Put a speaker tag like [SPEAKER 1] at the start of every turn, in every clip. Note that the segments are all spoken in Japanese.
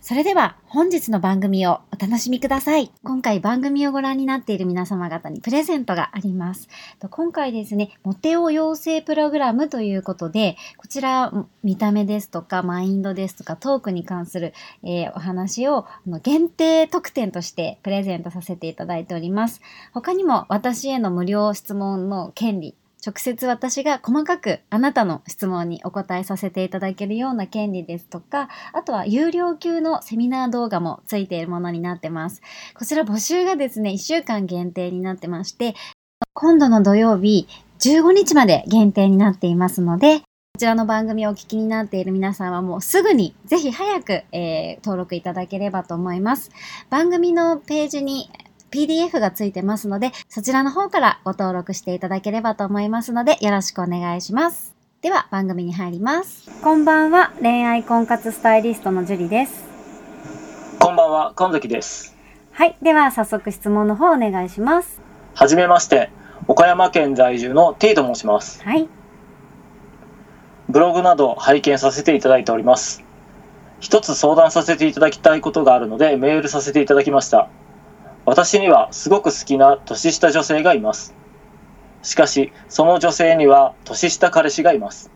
[SPEAKER 1] それでは本日の番組をお楽しみください。今回番組をご覧になっている皆様方にプレゼントがあります。と今回ですね、モテを養成プログラムということで、こちら見た目ですとかマインドですとかトークに関する、えーお話をあの限定特典としてプレゼントさせていただいております。他にも私への無料質問の権利、直接私が細かくあなたの質問にお答えさせていただけるような権利ですとか、あとは有料級のセミナー動画もついているものになってます。こちら募集がですね、1週間限定になってまして、今度の土曜日15日まで限定になっていますので、こちらの番組をお聞きになっている皆さんはもうすぐにぜひ早く、えー登録いただければと思います。番組のページに PDF がついてますので、そちらの方からご登録していただければと思いますので、よろしくお願いします。では、番組に入ります。こんばんは、恋愛婚活スタイリストのジュリです。
[SPEAKER 2] こんばんは、神崎です。
[SPEAKER 1] はい、では早速質問の方お願いします。
[SPEAKER 2] はじめまして、岡山県在住のテイと申します。
[SPEAKER 1] はい、
[SPEAKER 2] ブログなど拝見させていただいております。一つ相談させていただきたいことがあるのでメールさせていただきました。私にはすごく好きな年下女性がいます。しかし、その女性には年下彼氏がいます。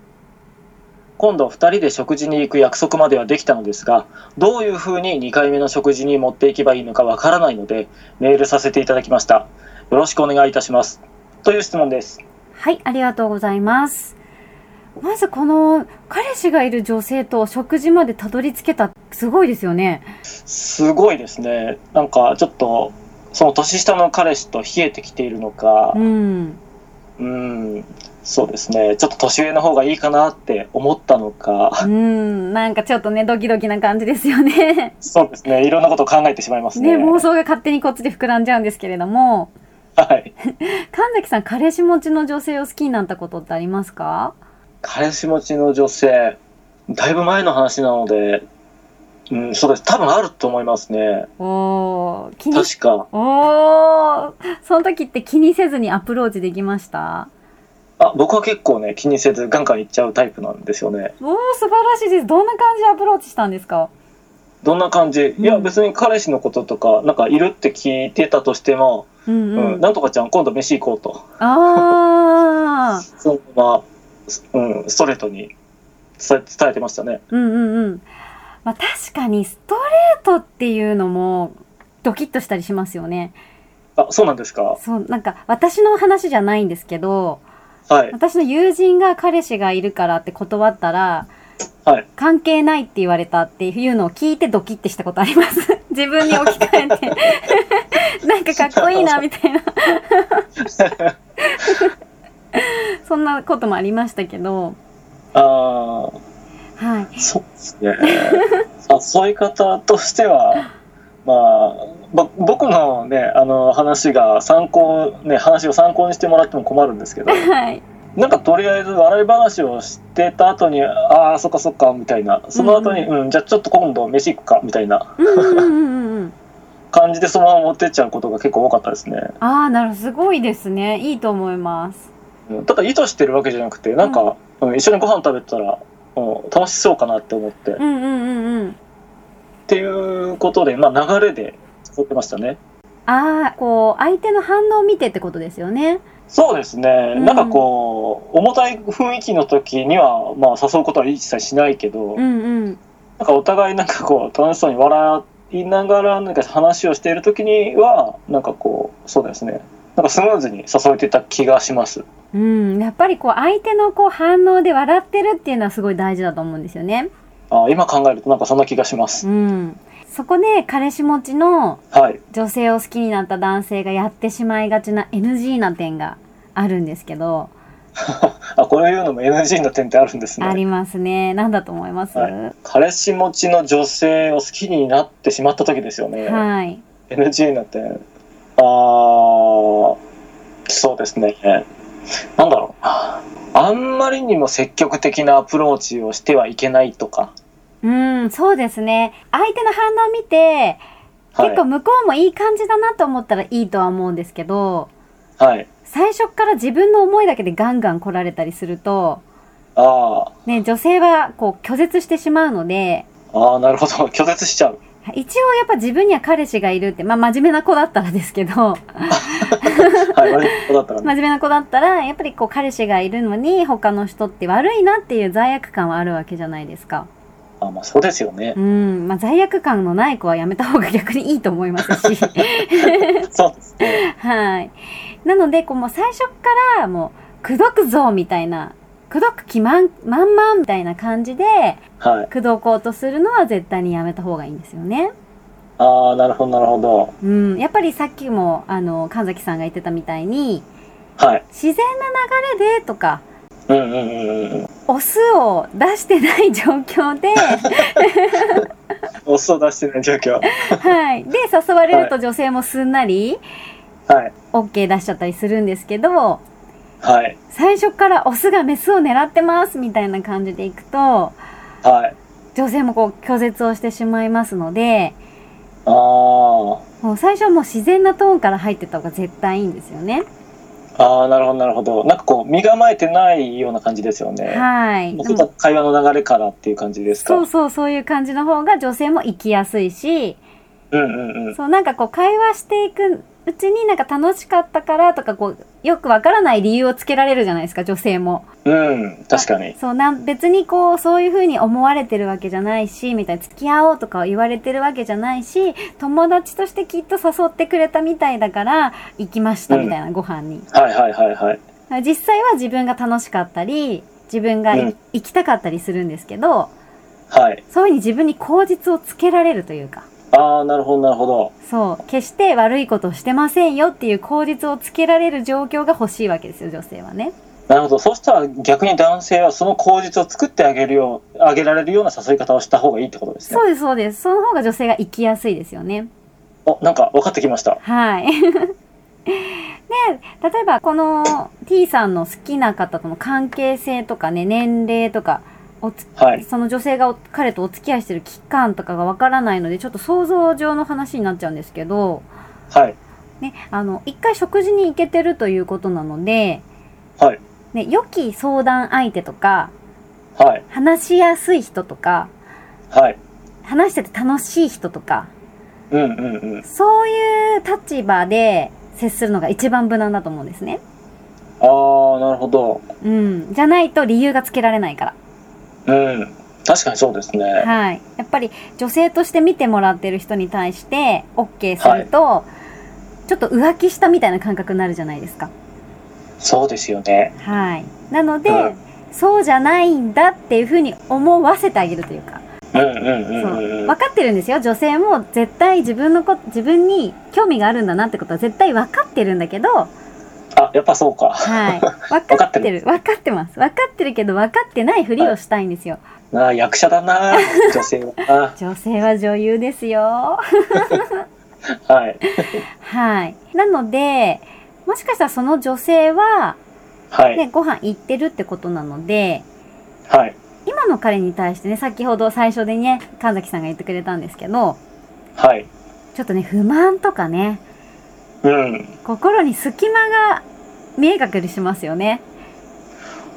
[SPEAKER 2] 今度二人で食事に行く約束まではできたのですが、どういう風に2回目の食事に持っていけばいいのかわからないので、メールさせていただきました。よろしくお願いいたします。という質問です。
[SPEAKER 1] はい、ありがとうございます。まずこの彼氏がいる女性と食事までたどり着けたすごいですよね。
[SPEAKER 2] すごいですね。なんかちょっと、その年下の彼氏と冷えてきているのか
[SPEAKER 1] う、ん、
[SPEAKER 2] うん、そうですね。ちょっと年上の方がいいかなって思ったのか、
[SPEAKER 1] うん、なんかちょっとねドキドキな感じですよ ね。
[SPEAKER 2] そうですね。いろんなことを考えてしまいます
[SPEAKER 1] ね
[SPEAKER 2] ね。
[SPEAKER 1] 妄想が勝手にこっちで膨らんじゃうんですけれども、
[SPEAKER 2] はい。
[SPEAKER 1] 神崎さん彼氏持ちの女性を好きになったことってありますか？
[SPEAKER 2] 彼氏持ちの女性、だいぶ前の話なので、うん、そうです。多分あると思いますね。
[SPEAKER 1] おお、気に
[SPEAKER 2] 確か。
[SPEAKER 1] おお、その時って気にせずにアプローチできました。
[SPEAKER 2] あ、僕は結構ね、気にせずガンガンいっちゃうタイプなんですよね。
[SPEAKER 1] おお素晴らしいです。どんな感じでアプローチしたんですか。
[SPEAKER 2] どんな感じいや、別に彼氏のこととか、なんかいるって聞いてたとしても、
[SPEAKER 1] うんうん。
[SPEAKER 2] うん、なんとかちゃん今度飯行こうと
[SPEAKER 1] ああ、
[SPEAKER 2] そのまま、うん、ストレートに伝え伝えてましたね
[SPEAKER 1] うんうんうん。まあ確かにストレートっていうのもドキッとしたりしますよね。
[SPEAKER 2] あそうなんですか
[SPEAKER 1] そうなんか私の話じゃないんですけど、
[SPEAKER 2] はい
[SPEAKER 1] 私の友人が彼氏がいるからって断ったら。
[SPEAKER 2] はい
[SPEAKER 1] 関係ないって言われたっていうのを聞いてドキッてしたことあります。 自分に置き換えて。 なんかかっこいいなみたいな。 そんなこともありましたけど。
[SPEAKER 2] あー
[SPEAKER 1] はい。
[SPEAKER 2] そうです ねあそういう方としてはまあぼ僕のねあの話が参考ね話を参考にしてもらっても困るんですけど
[SPEAKER 1] はい。
[SPEAKER 2] なんかとりあえず笑い話をしてた後にああそっかそっかみたいなその後に、うん、じゃあちょっと今度飯行くかみたいな
[SPEAKER 1] うんうんうんうんうん。
[SPEAKER 2] 感じでそのまま持ってっちゃうことが結構多かったですね
[SPEAKER 1] ああ、なるほど。すごいですね。いいと思います。
[SPEAKER 2] うんただ意図してるわけじゃなくてなんか、うん一緒にご飯食べてたら、うん、楽しそうかなって思って、っ
[SPEAKER 1] うんうんうんうん。
[SPEAKER 2] ていうことで、まあ、流れで作ってましたね
[SPEAKER 1] ああ、こう、相手の反応を見てってことですよね。
[SPEAKER 2] そうですね、
[SPEAKER 1] うん
[SPEAKER 2] なんかこう重たい雰囲気の時には、まあ、誘うことは一切しないけど、
[SPEAKER 1] うんうん。
[SPEAKER 2] なんかお互いなんかこう楽しそうに笑いながらなんか話をしている時にはなんかこうそうですねなんかスムーズに誘えてた気がします。
[SPEAKER 1] うん、やっぱりこう相手のこう反応で笑ってるっていうのはすごい大事だと思うんですよね。
[SPEAKER 2] あ今考えるとなんかそんな気がしま
[SPEAKER 1] う
[SPEAKER 2] す。
[SPEAKER 1] ん、そこで彼氏持ちの
[SPEAKER 2] はい。
[SPEAKER 1] 女性を好きになった男性がやってしまいがちな NG な点があるんですけど、
[SPEAKER 2] あ、これ言うのも NG の点ってあるんです
[SPEAKER 1] あ
[SPEAKER 2] ね。
[SPEAKER 1] りますね。なんだと思います？
[SPEAKER 2] は
[SPEAKER 1] は
[SPEAKER 2] 彼氏持ちの女性を好きになってしまった時ですよね。
[SPEAKER 1] い、はい、
[SPEAKER 2] NG な点。あー、そうですね。なんだろう。あんまりにも積極的なアプローチをしてはいけないとか。
[SPEAKER 1] うん、そうですね。相手の反応を見て、
[SPEAKER 2] はい
[SPEAKER 1] 結構向こうもいい感じだなと思ったらいいとは思うんですけど、
[SPEAKER 2] はい。
[SPEAKER 1] 最初から自分の思いだけでガンガン来られたりすると、
[SPEAKER 2] あ
[SPEAKER 1] ね、女性はこう拒絶してしまうので、
[SPEAKER 2] あ、ああ、なるほど。 拒絶しちゃう。
[SPEAKER 1] 一応やっぱ自分には彼氏がいるって、まあ真面目な子だったらですけど、
[SPEAKER 2] はい、悪いことだったらね。
[SPEAKER 1] 真面目な子だったら、やっぱりこう彼氏がいるのに他の人って悪いなっていう罪悪感はあるわけじゃないですか。
[SPEAKER 2] あまあ、そうですよね
[SPEAKER 1] う。ん、まあ罪悪感のない子はやめた方が逆にいいと思いますし、
[SPEAKER 2] そうですね。
[SPEAKER 1] はい。なので、こうもう最初からもう、口説くぞみたいな、口説く気満満々みたいな感じで、
[SPEAKER 2] はい。
[SPEAKER 1] 口説こうとするのは絶対にやめた方がいいんですよね。
[SPEAKER 2] ああ、なるほど、なるほど。
[SPEAKER 1] うん、やっぱりさっきもあの神崎さんが言ってたみたいに
[SPEAKER 2] はい。
[SPEAKER 1] 自然な流れでとか
[SPEAKER 2] うんうんうんうん。
[SPEAKER 1] オスを出してない状況で、
[SPEAKER 2] お酢を出してない状況。
[SPEAKER 1] はい、で誘われると女性もすんなり
[SPEAKER 2] はい。
[SPEAKER 1] OK 出しちゃったりするんですけど
[SPEAKER 2] はい。
[SPEAKER 1] 最初からオスがメスを狙ってますみたいな感じでいくと
[SPEAKER 2] はい。
[SPEAKER 1] 女性もこう拒絶をしてしまいますので
[SPEAKER 2] ああ。
[SPEAKER 1] もう最初はもう自然なトーンから入ってった方が絶対いいんですよね。
[SPEAKER 2] ああ、なるほど、なるほど。なんかこう、身構えてないような感じですよね。
[SPEAKER 1] はい、
[SPEAKER 2] もうちょっと会話の流れからっていう感じですか。
[SPEAKER 1] そうそうそういう感じの方が女性も行きやすいし
[SPEAKER 2] うんうんうん。
[SPEAKER 1] そうなんかこう会話していくうちになんか楽しかったからとかこうよくわからない理由をつけられるじゃないですか女性も
[SPEAKER 2] うん、確かに。
[SPEAKER 1] そうなん別にこうそういうふうに思われてるわけじゃないしみたいな付き合おうとか言われてるわけじゃないし友達としてきっと誘ってくれたみたいだから行きましたみたいな、ご飯に
[SPEAKER 2] はいはいはいはい。
[SPEAKER 1] 実際は自分が楽しかったり自分がい、
[SPEAKER 2] うん
[SPEAKER 1] 行きたかったりするんですけど
[SPEAKER 2] はい。
[SPEAKER 1] そういうふうに自分に口実をつけられるというか
[SPEAKER 2] ああ、なるほど、なるほど。
[SPEAKER 1] そう決して悪いことをしてませんよっていう口実をつけられる状況が欲しいわけですよ女性はね
[SPEAKER 2] なるほど。そうしたら逆に男性はその口実を作ってあげるよう、あげられるような誘い方をした方がいいってことですね
[SPEAKER 1] そ。うですそうですその方が女性が生きやすいですよね
[SPEAKER 2] お、なんか分かってきました。
[SPEAKER 1] はい で例えばこの T さんの好きな方との関係性とかね年齢とかおつ
[SPEAKER 2] はい。
[SPEAKER 1] その女性がお彼とお付き合いしてる期間とかがわからないのでちょっと想像上の話になっちゃうんですけど
[SPEAKER 2] はい。
[SPEAKER 1] ねあの一回食事に行けてるということなので、
[SPEAKER 2] はい。
[SPEAKER 1] ね、良き相談相手とか
[SPEAKER 2] はい。
[SPEAKER 1] 話しやすい人とか
[SPEAKER 2] はい。
[SPEAKER 1] 話してて楽しい人とか
[SPEAKER 2] うんうんうん。
[SPEAKER 1] そういう立場で接するのが一番無難だと思うんですね。
[SPEAKER 2] ああ、なるほど。
[SPEAKER 1] うん、じゃないと理由がつけられないか
[SPEAKER 2] うん。確かにそうです
[SPEAKER 1] ら。
[SPEAKER 2] ね。
[SPEAKER 1] はい。やっぱり女性として見てもらってる人に対して OK すると、ちょっと浮気したみたいな感覚になるじゃないですか。
[SPEAKER 2] そうですよね。
[SPEAKER 1] はい。なので、
[SPEAKER 2] うん
[SPEAKER 1] そうじゃないんだっていうふうに思わせてあげるというか。
[SPEAKER 2] うんうんうん
[SPEAKER 1] そう
[SPEAKER 2] うんうん。
[SPEAKER 1] 分かってるんですよ女性も絶対自分のこ自分に興味があるんだなってことは絶対分かってるんだけど、は
[SPEAKER 2] あ、やっぱそうか。
[SPEAKER 1] い、分か
[SPEAKER 2] か
[SPEAKER 1] っ
[SPEAKER 2] ってて
[SPEAKER 1] る分かってます分かってるけど分かってないふりをしたいんですよ、
[SPEAKER 2] なあ、役者だ な。女性は
[SPEAKER 1] 女性は女優ですよ
[SPEAKER 2] な。はい。
[SPEAKER 1] はいなのでもしかしたらその女性は、
[SPEAKER 2] はい。
[SPEAKER 1] ね、ご飯行ってるってことなので
[SPEAKER 2] はい。
[SPEAKER 1] 今の彼に対してね先ほど最初でね神崎さんが言ってくれたんですけど
[SPEAKER 2] はい。
[SPEAKER 1] ちょっとね不満とかね
[SPEAKER 2] うん。
[SPEAKER 1] 心に隙間が見え隠れしますよね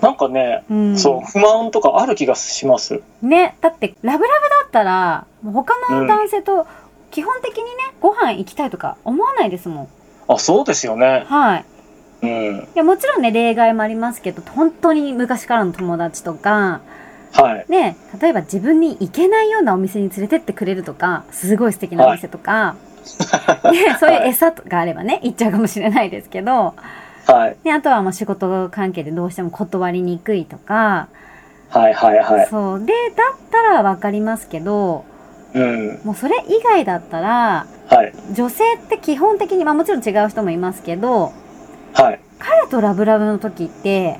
[SPEAKER 2] なんかね、
[SPEAKER 1] うん、
[SPEAKER 2] そう、不満とかある気がします。
[SPEAKER 1] ねだってラブラブだったらもう他の男性と基本的にね、ご飯行きたいとか思わないですもん
[SPEAKER 2] あ、そうですよね。
[SPEAKER 1] はい
[SPEAKER 2] うん。
[SPEAKER 1] いやもちろんね例外もありますけど本当に昔からの友達とか
[SPEAKER 2] はい。
[SPEAKER 1] ね例えば自分に行けないようなお店に連れてってくれるとかすごい素敵なお店とか、でそういう餌とかあればね行っちゃうかもしれないですけど
[SPEAKER 2] はい。
[SPEAKER 1] であとはまあ仕事関係でどうしても断りにくいとか、
[SPEAKER 2] はいはいはい。
[SPEAKER 1] そうでだったら分かりますけど
[SPEAKER 2] うん。
[SPEAKER 1] もうそれ以外だったら
[SPEAKER 2] はい。
[SPEAKER 1] 女性って基本的に、まあ、もちろん違う人もいますけど
[SPEAKER 2] はい。
[SPEAKER 1] 彼とラブラブの時って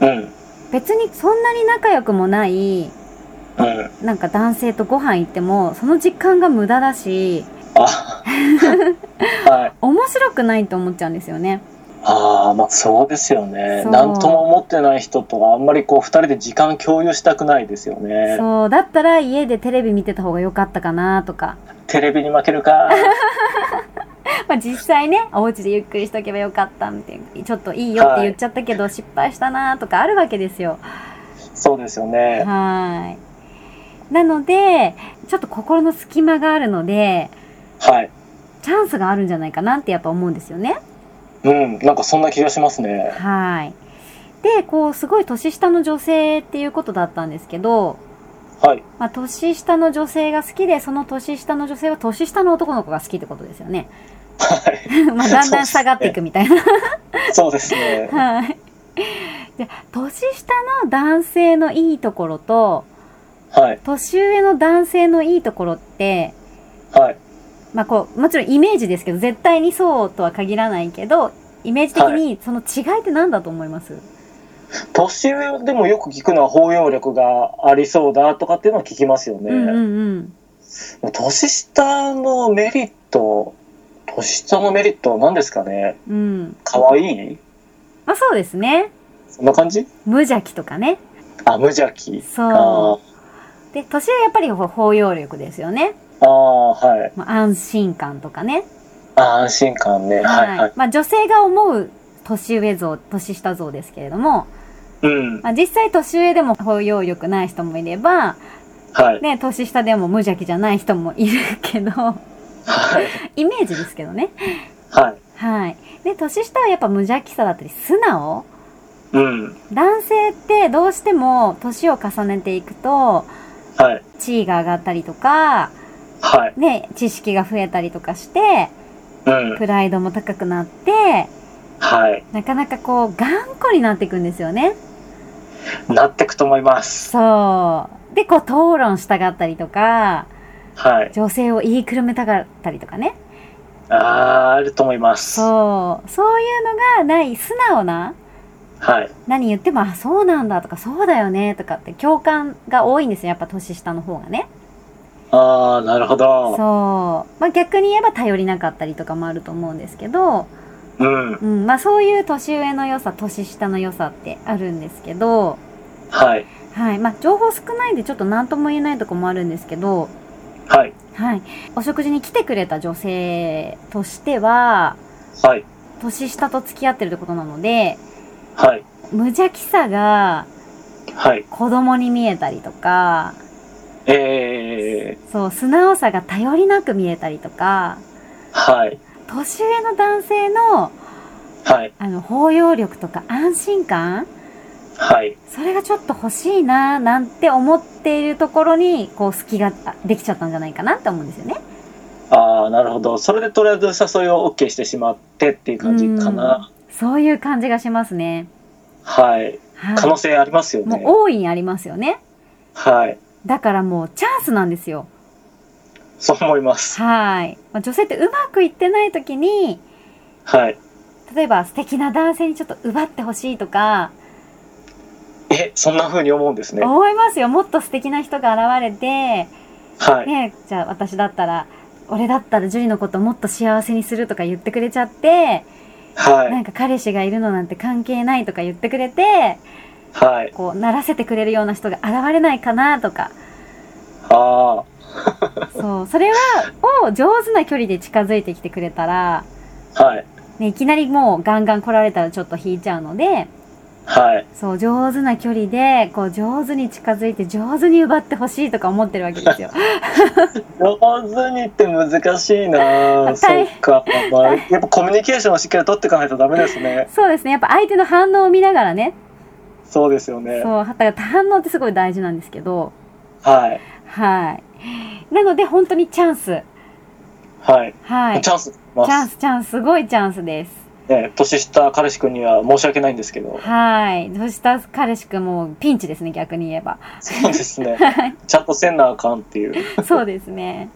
[SPEAKER 2] うん。
[SPEAKER 1] 別にそんなに仲良くもない
[SPEAKER 2] うん。
[SPEAKER 1] なんか男性とご飯行ってもその時間が無駄だし
[SPEAKER 2] あはい。
[SPEAKER 1] 面白くないと思っちゃうんですよね。
[SPEAKER 2] ああ、まあそうですよね。
[SPEAKER 1] そう
[SPEAKER 2] なんとも思ってない人とはあんまりこう二人で時間共有したくないですよね。
[SPEAKER 1] そうだったら家でテレビ見てた方が良かったかなとか、
[SPEAKER 2] テレビに負けるか。
[SPEAKER 1] まあ、実際ねお家でゆっくりしとけばよかったみたいなちょっといいよって言っちゃったけど、失敗したなとかあるわけですよ。
[SPEAKER 2] そうですよね。
[SPEAKER 1] はいなのでちょっと心の隙間があるので
[SPEAKER 2] はい。
[SPEAKER 1] チャンスがあるんじゃないかなってやっぱ思うんですよね。
[SPEAKER 2] うん。なんかそんな気がしますね。
[SPEAKER 1] はいでこうすごい年下の女性っていうことだったんですけど、
[SPEAKER 2] はい。
[SPEAKER 1] まあ、年下の女性が好きでその年下の女性は年下の男の子が好きってことですよね。
[SPEAKER 2] はい。
[SPEAKER 1] まあだんだん下がっていくみたいな。
[SPEAKER 2] そうですね。
[SPEAKER 1] はいで年下の男性のいいところと
[SPEAKER 2] はい。
[SPEAKER 1] 年上の男性のいいところって
[SPEAKER 2] はい。
[SPEAKER 1] まあこう、もちろんイメージですけど、絶対にそうとは限らないけど、イメージ的にその違いって何だと思います、
[SPEAKER 2] 年上でもよく聞くのは包容力がありそうだとかっていうのは聞きますよね。
[SPEAKER 1] うんうん
[SPEAKER 2] 年下のメリット、年下のメリットは何ですかね
[SPEAKER 1] うん。うん。
[SPEAKER 2] 可愛い
[SPEAKER 1] まあそうですね。
[SPEAKER 2] そんな感じ
[SPEAKER 1] 無邪気とかね。
[SPEAKER 2] あ、無邪気。
[SPEAKER 1] そう。で、年はやっぱりほ包容力ですよね。
[SPEAKER 2] あーあー、はい。
[SPEAKER 1] まあ、安心感とかね。
[SPEAKER 2] あー安心感ね。はい、はい。
[SPEAKER 1] まあ女性が思う年上像、年下像ですけれども、
[SPEAKER 2] うん。
[SPEAKER 1] まあ実際年上でも包容力ない人もいれば、
[SPEAKER 2] はい。
[SPEAKER 1] ね、年下でも無邪気じゃない人もいるけど、
[SPEAKER 2] はい。
[SPEAKER 1] イメージですけどね。
[SPEAKER 2] はい。
[SPEAKER 1] はい。で、年下はやっぱ無邪気さだったり、素直
[SPEAKER 2] うん。
[SPEAKER 1] 男性ってどうしても年を重ねていくと、
[SPEAKER 2] はい。
[SPEAKER 1] 地位が上がったりとか、
[SPEAKER 2] はい。
[SPEAKER 1] ね、知識が増えたりとかして、
[SPEAKER 2] うん。
[SPEAKER 1] プライドも高くなって、
[SPEAKER 2] はい。
[SPEAKER 1] なかなかこう、頑固になっていくんですよね。
[SPEAKER 2] なってくと思います。
[SPEAKER 1] そう。で、こう、討論したかったりとか、
[SPEAKER 2] はい。
[SPEAKER 1] 女性を言いくるめたかったりとかね。
[SPEAKER 2] ああ、あると思います。は。
[SPEAKER 1] そう。そういうのがない、素直ない何言っても、あ、そうなんだとか、そうだよねとかって共感が多いんですよ。やっぱ年下の方がね。
[SPEAKER 2] ああ、なるほ
[SPEAKER 1] そう。
[SPEAKER 2] ど。
[SPEAKER 1] まあ逆に言えば頼りなかったりとかもあると思うんですけど、
[SPEAKER 2] うん。
[SPEAKER 1] うん、まあそういう年上の良さ、年下の良さってあるんですけど、
[SPEAKER 2] はい。
[SPEAKER 1] はい。まあ情報少ないんでちょっと何とも言えないとこもあるんですけど、
[SPEAKER 2] はい。
[SPEAKER 1] はい。お食事に来てくれた女性としては、
[SPEAKER 2] はい。
[SPEAKER 1] 年下と付き合ってるってことなので、
[SPEAKER 2] はい。
[SPEAKER 1] 無邪気さが
[SPEAKER 2] はい。
[SPEAKER 1] 子供に見えたりとか、
[SPEAKER 2] ええ
[SPEAKER 1] そう、素直さが頼りなく見えたりとか、
[SPEAKER 2] はい。
[SPEAKER 1] 年上の男性の、
[SPEAKER 2] はい。
[SPEAKER 1] あの、包容力とか安心感
[SPEAKER 2] はい。
[SPEAKER 1] それがちょっと欲しいなぁ、なんて思っているところに、こう、隙があできちゃったんじゃないかなって思うんですよね。
[SPEAKER 2] ああ、なるほど。それでとりあえず誘いを OK してしまってっていう感じかな。
[SPEAKER 1] そういう感じがしますね。
[SPEAKER 2] はい。
[SPEAKER 1] はい。
[SPEAKER 2] 可能性ありますよ
[SPEAKER 1] もう
[SPEAKER 2] ね。
[SPEAKER 1] 大いにありますよね。
[SPEAKER 2] はい。
[SPEAKER 1] だからもうチャンスなんですよ。
[SPEAKER 2] そう思います。
[SPEAKER 1] はい。まあ女性ってうまくいってない時に、
[SPEAKER 2] はい。
[SPEAKER 1] 例えば素敵な男性にちょっと奪ってほしいとか、
[SPEAKER 2] え、そんな風に思うんですね。
[SPEAKER 1] 思いますよ。もっと素敵な人が現れて、
[SPEAKER 2] はい。
[SPEAKER 1] ねじゃあ私だったら俺だったら樹里のこともっと幸せにするとか言ってくれちゃって、
[SPEAKER 2] は。
[SPEAKER 1] ないんか彼氏がいるのなんて関係ないとか言ってくれて
[SPEAKER 2] はい。
[SPEAKER 1] こうならせてくれるような人が現れないかなと か
[SPEAKER 2] あ
[SPEAKER 1] そうそれはを上手な距離で近づいてきてくれたら、
[SPEAKER 2] あ。はい。
[SPEAKER 1] ね、いきなりもうガンガン来られたらちょっと引いちゃうので
[SPEAKER 2] はい。
[SPEAKER 1] そう上手な距離でこう上手に近づいて上手に奪ってほしいとか思ってるわけです よ。
[SPEAKER 2] 上手にって難しいな
[SPEAKER 1] は
[SPEAKER 2] あ
[SPEAKER 1] い
[SPEAKER 2] そっか。まあ、やっぱコミュニケーションをしっかり取っていかないとダメですね。
[SPEAKER 1] そうですねやっぱ相手の反応を見ながらね
[SPEAKER 2] そうですよね。
[SPEAKER 1] そうだから反応ってすごい大事なんですけど。
[SPEAKER 2] はい。
[SPEAKER 1] はい。なので本当にチャンス。
[SPEAKER 2] はい。
[SPEAKER 1] はい。チ
[SPEAKER 2] チャンスます。
[SPEAKER 1] ャンス、チャンス、すごいチャンスです。
[SPEAKER 2] ね、年下彼氏君には申し訳ないんですけど、
[SPEAKER 1] はい。そした彼氏くんもうピンチですね、逆に言えば。
[SPEAKER 2] そうです ね。ちゃんとせんなあかんっていう。
[SPEAKER 1] そうですね。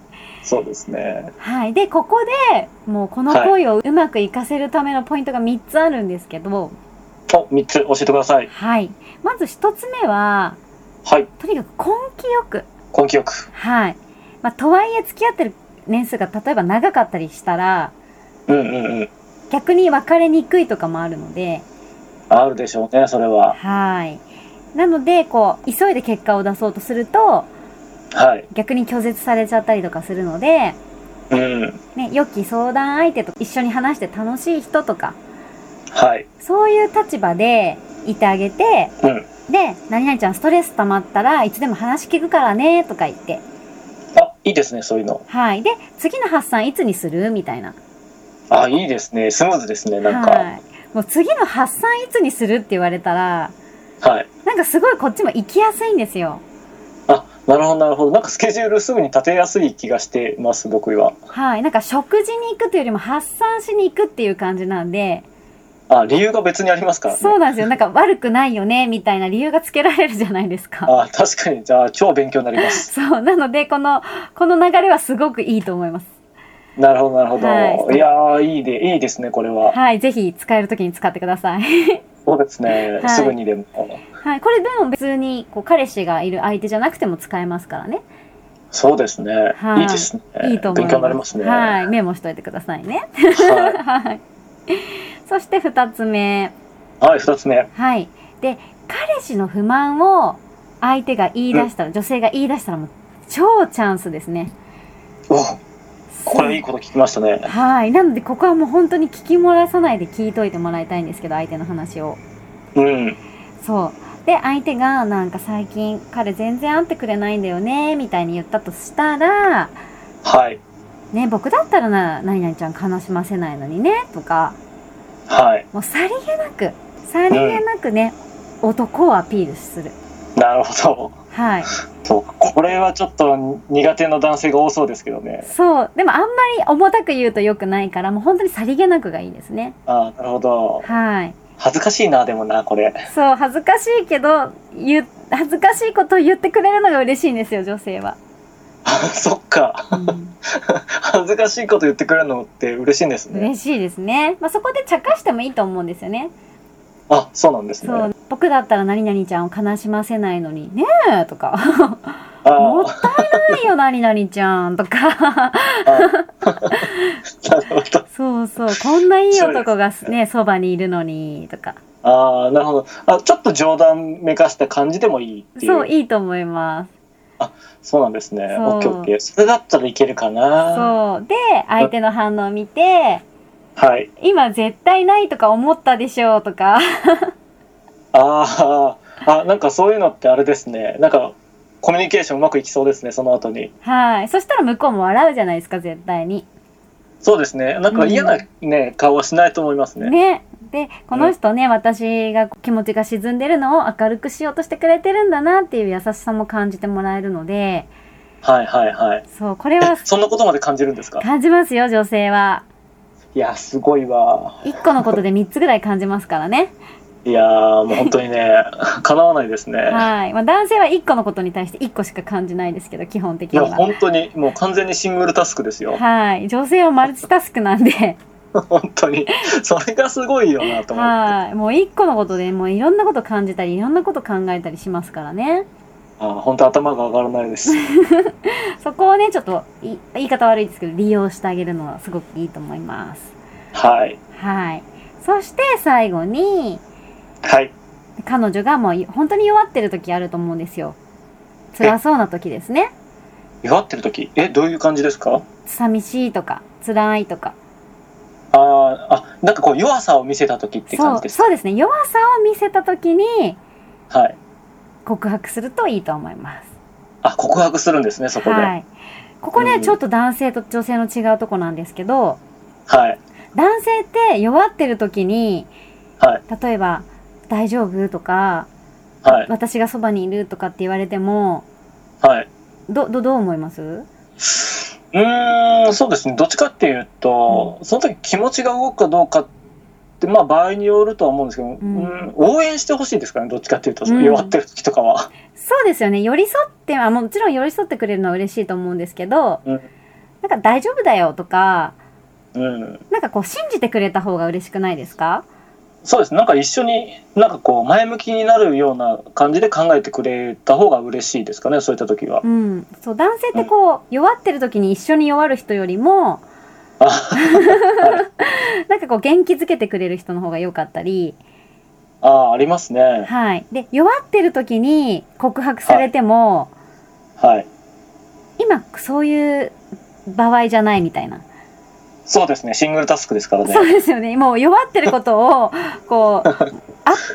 [SPEAKER 2] そうですね。
[SPEAKER 1] はい。で、ここで、もうこの恋をうまく活かせるためのポイントが3つあるんですけど、
[SPEAKER 2] お、3つ教えてください。
[SPEAKER 1] はい。まず1つ目は、
[SPEAKER 2] はい。
[SPEAKER 1] とにかく根気よく。
[SPEAKER 2] 根気よく。
[SPEAKER 1] はい。まあ、とはいえ付き合ってる年数が例えば長かったりしたら、
[SPEAKER 2] うんうんうん。
[SPEAKER 1] 逆に別れにくいとかもあるので、
[SPEAKER 2] あるでしょうね、それは。
[SPEAKER 1] はい。なので、こう、急いで結果を出そうとすると、
[SPEAKER 2] はい。
[SPEAKER 1] 逆に拒絶されちゃったりとかするので、
[SPEAKER 2] うん。
[SPEAKER 1] ね、良き相談相手と一緒に話して楽しい人とか、
[SPEAKER 2] はい。
[SPEAKER 1] そういう立場でいてあげて、
[SPEAKER 2] うん。
[SPEAKER 1] で、何々ちゃんストレス溜まったらいつでも話聞くからね、とか言って。
[SPEAKER 2] あ、いいですね、そういうの。
[SPEAKER 1] はい。で、次の発散いつにするみたいな。
[SPEAKER 2] あ、いいですね。スムーズですね、なんか。は。
[SPEAKER 1] はいい。もう次の発散いつにするって言われたら、なんかすごいこっちも行きやすいんですよ。
[SPEAKER 2] あ、なるほど、なるほど。なんかスケジュールすぐに立てやすい気がしてます、僕は。
[SPEAKER 1] はい。なんか食事に行くというよりも発散しに行くっていう感じなんで、
[SPEAKER 2] あ、理由が別にありますからね。
[SPEAKER 1] そうなんですよ。なんか悪くないよね、みたいな理由がつけられるじゃないですか。
[SPEAKER 2] あ、確かに。じゃあ、超勉強になります。
[SPEAKER 1] そう。なので、この、この流れはすごくいいと思います。
[SPEAKER 2] なるほど、なるほど。
[SPEAKER 1] はい
[SPEAKER 2] い、やー、いいで、いいですね、これは。
[SPEAKER 1] はい。ぜひ使えるときに使ってください。
[SPEAKER 2] そうですね。
[SPEAKER 1] はい
[SPEAKER 2] すぐにでも。
[SPEAKER 1] はい。これでも別に、こう、彼氏がいる相手じゃなくても使えますからね。
[SPEAKER 2] そうですね。
[SPEAKER 1] はい
[SPEAKER 2] いですね。
[SPEAKER 1] いいと思います。
[SPEAKER 2] 勉強になりますね。
[SPEAKER 1] はい。メモしといてくださいね。
[SPEAKER 2] は
[SPEAKER 1] はい。 そして二つ目。
[SPEAKER 2] い。はい、二つ目。
[SPEAKER 1] はい。で、彼氏の不満を相手が言い出したら、女性が言い出したらもう超チャンスですね。
[SPEAKER 2] おこれいいこと聞きましたね。
[SPEAKER 1] はい。なので、ここはもう本当に聞き漏らさないで聞いといてもらいたいんですけど、相手の話を。
[SPEAKER 2] うん。
[SPEAKER 1] そう。で、相手が、なんか最近、彼全然会ってくれないんだよね、みたいに言ったとしたら、
[SPEAKER 2] はい。
[SPEAKER 1] ね、僕だったらな、何々ちゃん悲しませないのにね、とか、
[SPEAKER 2] はい。
[SPEAKER 1] もうさりげなく、さりげなくね、男をアピールする。
[SPEAKER 2] なるほど。
[SPEAKER 1] はい。
[SPEAKER 2] そうかこれはちょっと苦手な男性が多そうですけどね。
[SPEAKER 1] そう。でもあんまり重たく言うと良くないから、もう本当にさりげなくがいいですね。
[SPEAKER 2] あーなるほど。
[SPEAKER 1] はい。
[SPEAKER 2] 恥ずかしいな、でもな、これ。
[SPEAKER 1] そう、恥ずかしいけど、言う、恥ずかしいことを言ってくれるのが嬉しいんですよ、女性は。
[SPEAKER 2] そっか。
[SPEAKER 1] うん、
[SPEAKER 2] 恥ずかしいこと言ってくれるのって嬉しいんですね。
[SPEAKER 1] 嬉しいですね。まあ、そこで茶化してもいいと思うんですよね。
[SPEAKER 2] あ、そうなんですね。
[SPEAKER 1] そう、僕だったら何々ちゃんを悲しませないのに、ねえとか、 もっ
[SPEAKER 2] あ
[SPEAKER 1] たいないよ、何々ちゃんとか。
[SPEAKER 2] ーあー。なるほど。
[SPEAKER 1] そうそう、こんないい男が
[SPEAKER 2] そうです
[SPEAKER 1] ね、そばにいるのに、とか。
[SPEAKER 2] あ あ、なるほど。あ、ちょっと冗談めかした感じでもいいっていう。
[SPEAKER 1] そう、いいと思います。
[SPEAKER 2] そうなんですね。
[SPEAKER 1] そう
[SPEAKER 2] オッケーオッケー。それだったらいけるかな。
[SPEAKER 1] そう。で、相手の反応を見て、
[SPEAKER 2] はい。
[SPEAKER 1] 今絶対ないとか思ったでしょうとか。
[SPEAKER 2] ああ、あ、なんかそういうのってあれですね。なんか、コミュニケーションうまくいきそうですね、その後に。
[SPEAKER 1] はい。そしたら向こうも笑うじゃないですか、絶対に。
[SPEAKER 2] そうですね。なんか嫌なね、顔はしないと思いますね。
[SPEAKER 1] ね。で、この人ね、私が気持ちが沈んでるのを明るくしようとしてくれてるんだなっていう優しさも感じてもらえるので、
[SPEAKER 2] はいはいはい。
[SPEAKER 1] そう、これは
[SPEAKER 2] そんなことまで感じるんです か
[SPEAKER 1] 感じますよ、女性は。
[SPEAKER 2] いや、すごいわ。
[SPEAKER 1] 一個のことで三つぐらい感じますからね。
[SPEAKER 2] いやー、もう本当にね、 叶わないですね。
[SPEAKER 1] はい。まあ男性は一個のことに対して一個しか感じないですけど、基本的
[SPEAKER 2] い
[SPEAKER 1] に
[SPEAKER 2] や、
[SPEAKER 1] は。
[SPEAKER 2] 本当に、もう完全にシングルタスクですよ。
[SPEAKER 1] はい。女性はマルチタスクなんで。
[SPEAKER 2] 本当に。それがすごいよなと思って。
[SPEAKER 1] はい、もう一個のことでもういろんなこと感じたりいろんなこと考えたりしますからね
[SPEAKER 2] あー本当頭が上がらないです。
[SPEAKER 1] そこをねちょっとい言い方悪いですけど利用してあげるのはすごくいいと思います
[SPEAKER 2] はい。
[SPEAKER 1] はいそして最後に
[SPEAKER 2] はい。
[SPEAKER 1] 彼女がもう本当に弱ってる時あると思うんですよ辛そうな時ですね
[SPEAKER 2] 弱ってる時え、どういう感じですか
[SPEAKER 1] 寂しいとか辛いとか
[SPEAKER 2] あーあ、なんかこう弱さを見せた時って感
[SPEAKER 1] そ
[SPEAKER 2] じ
[SPEAKER 1] う
[SPEAKER 2] ですか
[SPEAKER 1] そうですね弱さを見せた時に
[SPEAKER 2] はい。
[SPEAKER 1] 告白するといいと思います
[SPEAKER 2] あ、告白するんですね、そこで。は。
[SPEAKER 1] はいいここね、
[SPEAKER 2] うん
[SPEAKER 1] ちょっと男性と女性の違うとこなんですけど
[SPEAKER 2] はい。
[SPEAKER 1] 男性って弱ってる時に
[SPEAKER 2] はい。
[SPEAKER 1] 例えば「大丈夫?」とか、
[SPEAKER 2] はい。
[SPEAKER 1] 私がそばにいる」とかって言われてもどどどう思います
[SPEAKER 2] うーん、そうですね。どっちかっていうと、その時気持ちが動くかどうかって、まあ場合によるとは思うんですけど、うんん応援してほしいですからね、どっちかっていうと、
[SPEAKER 1] うん
[SPEAKER 2] 弱ってる時とかは。
[SPEAKER 1] そうですよね寄り添ってはもちろん寄り添ってくれるのは嬉しいと思うんですけど、
[SPEAKER 2] うん
[SPEAKER 1] なんか大丈夫だよとか
[SPEAKER 2] うん。
[SPEAKER 1] なんかこう信じてくれた方が嬉しくないですか
[SPEAKER 2] そうです。なんか一緒に、なんかこう、前向きになるような感じで考えてくれた方が嬉しいですかね、そういった 時は
[SPEAKER 1] う。ん、そう男性ってこう、弱ってる時に一緒に弱る人よりも
[SPEAKER 2] あ
[SPEAKER 1] なんかこう元気づけてくれる人の方が良かったり、
[SPEAKER 2] ああ、ありますね。
[SPEAKER 1] はい、で弱ってる時に告白されても、
[SPEAKER 2] はい。
[SPEAKER 1] 今そういう場合じゃないみたいな、
[SPEAKER 2] そうですね。シングルタスクですからね
[SPEAKER 1] そう。ですよねもう弱ってることをこうあ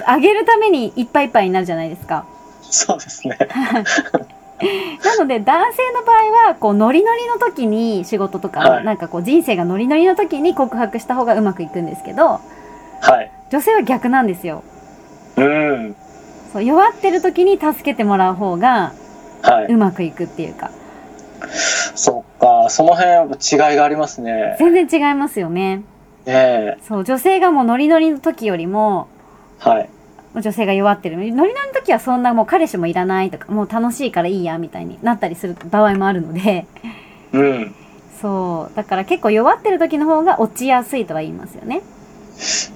[SPEAKER 1] あげるためにいっぱいいっぱいになるじゃないですか。
[SPEAKER 2] そうですね。
[SPEAKER 1] なので男性の場合はこうノリノリの時に仕事とか、
[SPEAKER 2] はい
[SPEAKER 1] なんかこう人生がノリノリの時に告白した方がうまくいくんですけど
[SPEAKER 2] はい。
[SPEAKER 1] 女性は逆なんですよ。
[SPEAKER 2] うん。
[SPEAKER 1] そう弱ってる時に助けてもらう方が
[SPEAKER 2] は
[SPEAKER 1] う
[SPEAKER 2] い。
[SPEAKER 1] まくいくっていうか
[SPEAKER 2] そっか。その辺は違いがありますね。
[SPEAKER 1] 全然違いますよね
[SPEAKER 2] ねえ。
[SPEAKER 1] そう女性がもうノリノリの時よりも
[SPEAKER 2] はい。
[SPEAKER 1] 女性が弱ってるノリノリの時はそんなもう彼氏もいらないとかもう楽しいからいいやみたいになったりする場合もあるので
[SPEAKER 2] うん。
[SPEAKER 1] そうだから結構弱ってる時の方が落ちやすいとは言いますよね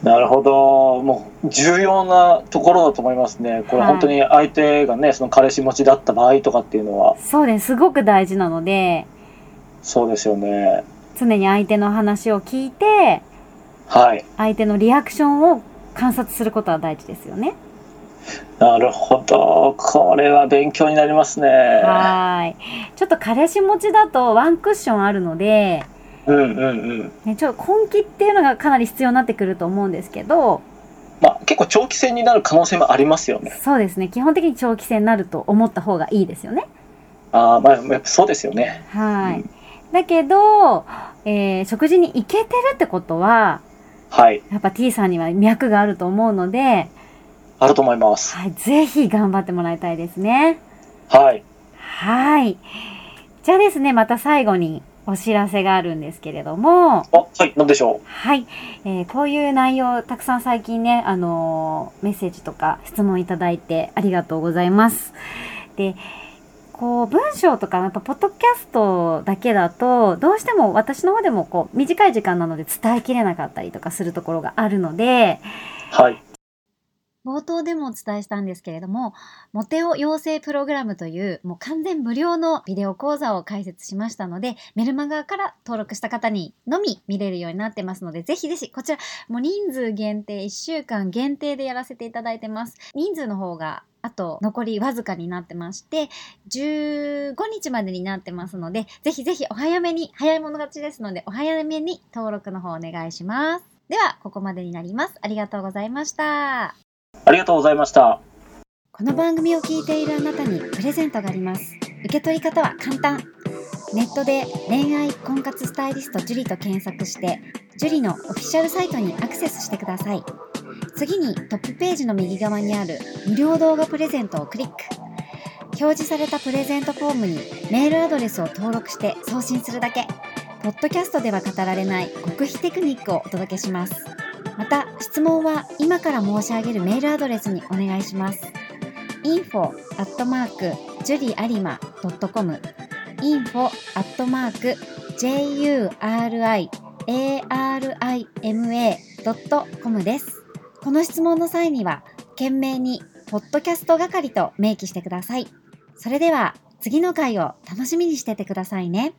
[SPEAKER 2] なるほど、もう重要なところだと思いますね、これ、
[SPEAKER 1] はい
[SPEAKER 2] 本当に相手がね、その彼氏持ちだった場合とかっていうのは、
[SPEAKER 1] そうですすごく大事なので
[SPEAKER 2] そうですよね、
[SPEAKER 1] 常に相手の話を聞いて
[SPEAKER 2] はい、
[SPEAKER 1] 相手のリアクションを観察することは大事ですよね
[SPEAKER 2] なるほど、これは勉強になりますね。
[SPEAKER 1] はーい。ちょっと彼氏持ちだとワンクッションあるので、
[SPEAKER 2] うんうんうん
[SPEAKER 1] ね、ちょっと根気っていうのがかなり必要になってくると思うんですけど、
[SPEAKER 2] まあ、結構、長期戦になる可能性もありますよね、
[SPEAKER 1] そうですね。基本的に長期戦になると思った方がいいですよね。
[SPEAKER 2] あーまあ、やっぱそうですよね、
[SPEAKER 1] はー
[SPEAKER 2] う
[SPEAKER 1] い。だけど、えー食事に行けてるってことは、
[SPEAKER 2] はい、
[SPEAKER 1] やっぱ T さんには脈があると思うので、
[SPEAKER 2] あると思います。
[SPEAKER 1] はい、ぜひ頑張ってもらいたいですね。
[SPEAKER 2] はい、
[SPEAKER 1] はい。じゃあですね、また最後にお知らせがあるんですけれども、
[SPEAKER 2] あはい、なんでしょ
[SPEAKER 1] はい、えーこういう内容たくさん最近ね、あのーメッセージとか質問いただいてありがとうございます。で、こう文章とかやっぱポッドキャストだけだとどうしても私の方でもこう短い時間なので伝えきれなかったりとかするところがあるので、
[SPEAKER 2] う、はい、
[SPEAKER 3] 冒頭でもお伝えしたんですけれども、モテオ養成プログラムというもう完全無料のビデオ講座を開設しましたので、メルマガから登録した方にのみ見れるようになってますので、ぜひぜひこちらもう人数限定、1週間限定でやらせていただいてます。人数の方があと残りわずかになってまして、15日までになってますので、ぜひぜひお早めに、早い者勝ちですので、お早めに登録の方お願いします。では、ここまでになります。ありがとうございました。
[SPEAKER 2] ありがとうございました。
[SPEAKER 3] この番組を聞いているあなたにプレゼントがあります受け取り方は簡単ネットで恋愛婚活スタイリスト樹と検索して樹のオフィシャルサイトにアクセスしてください次にトップページの右側にある無料動画プレゼントをクリック表示されたプレゼントフォームにメールアドレスを登録して送信するだけポッドキャストでは語られない極秘テクニックをお届けしますまた質問は今から申し上げるメールアドレスにお願いします info アットマークジュリアリマドットコム info アットマーク juriarima ドットコムですこの質問の際には懸命にポッドキャスト係と明記してくださいそれでは次の回を楽しみにしててくださいね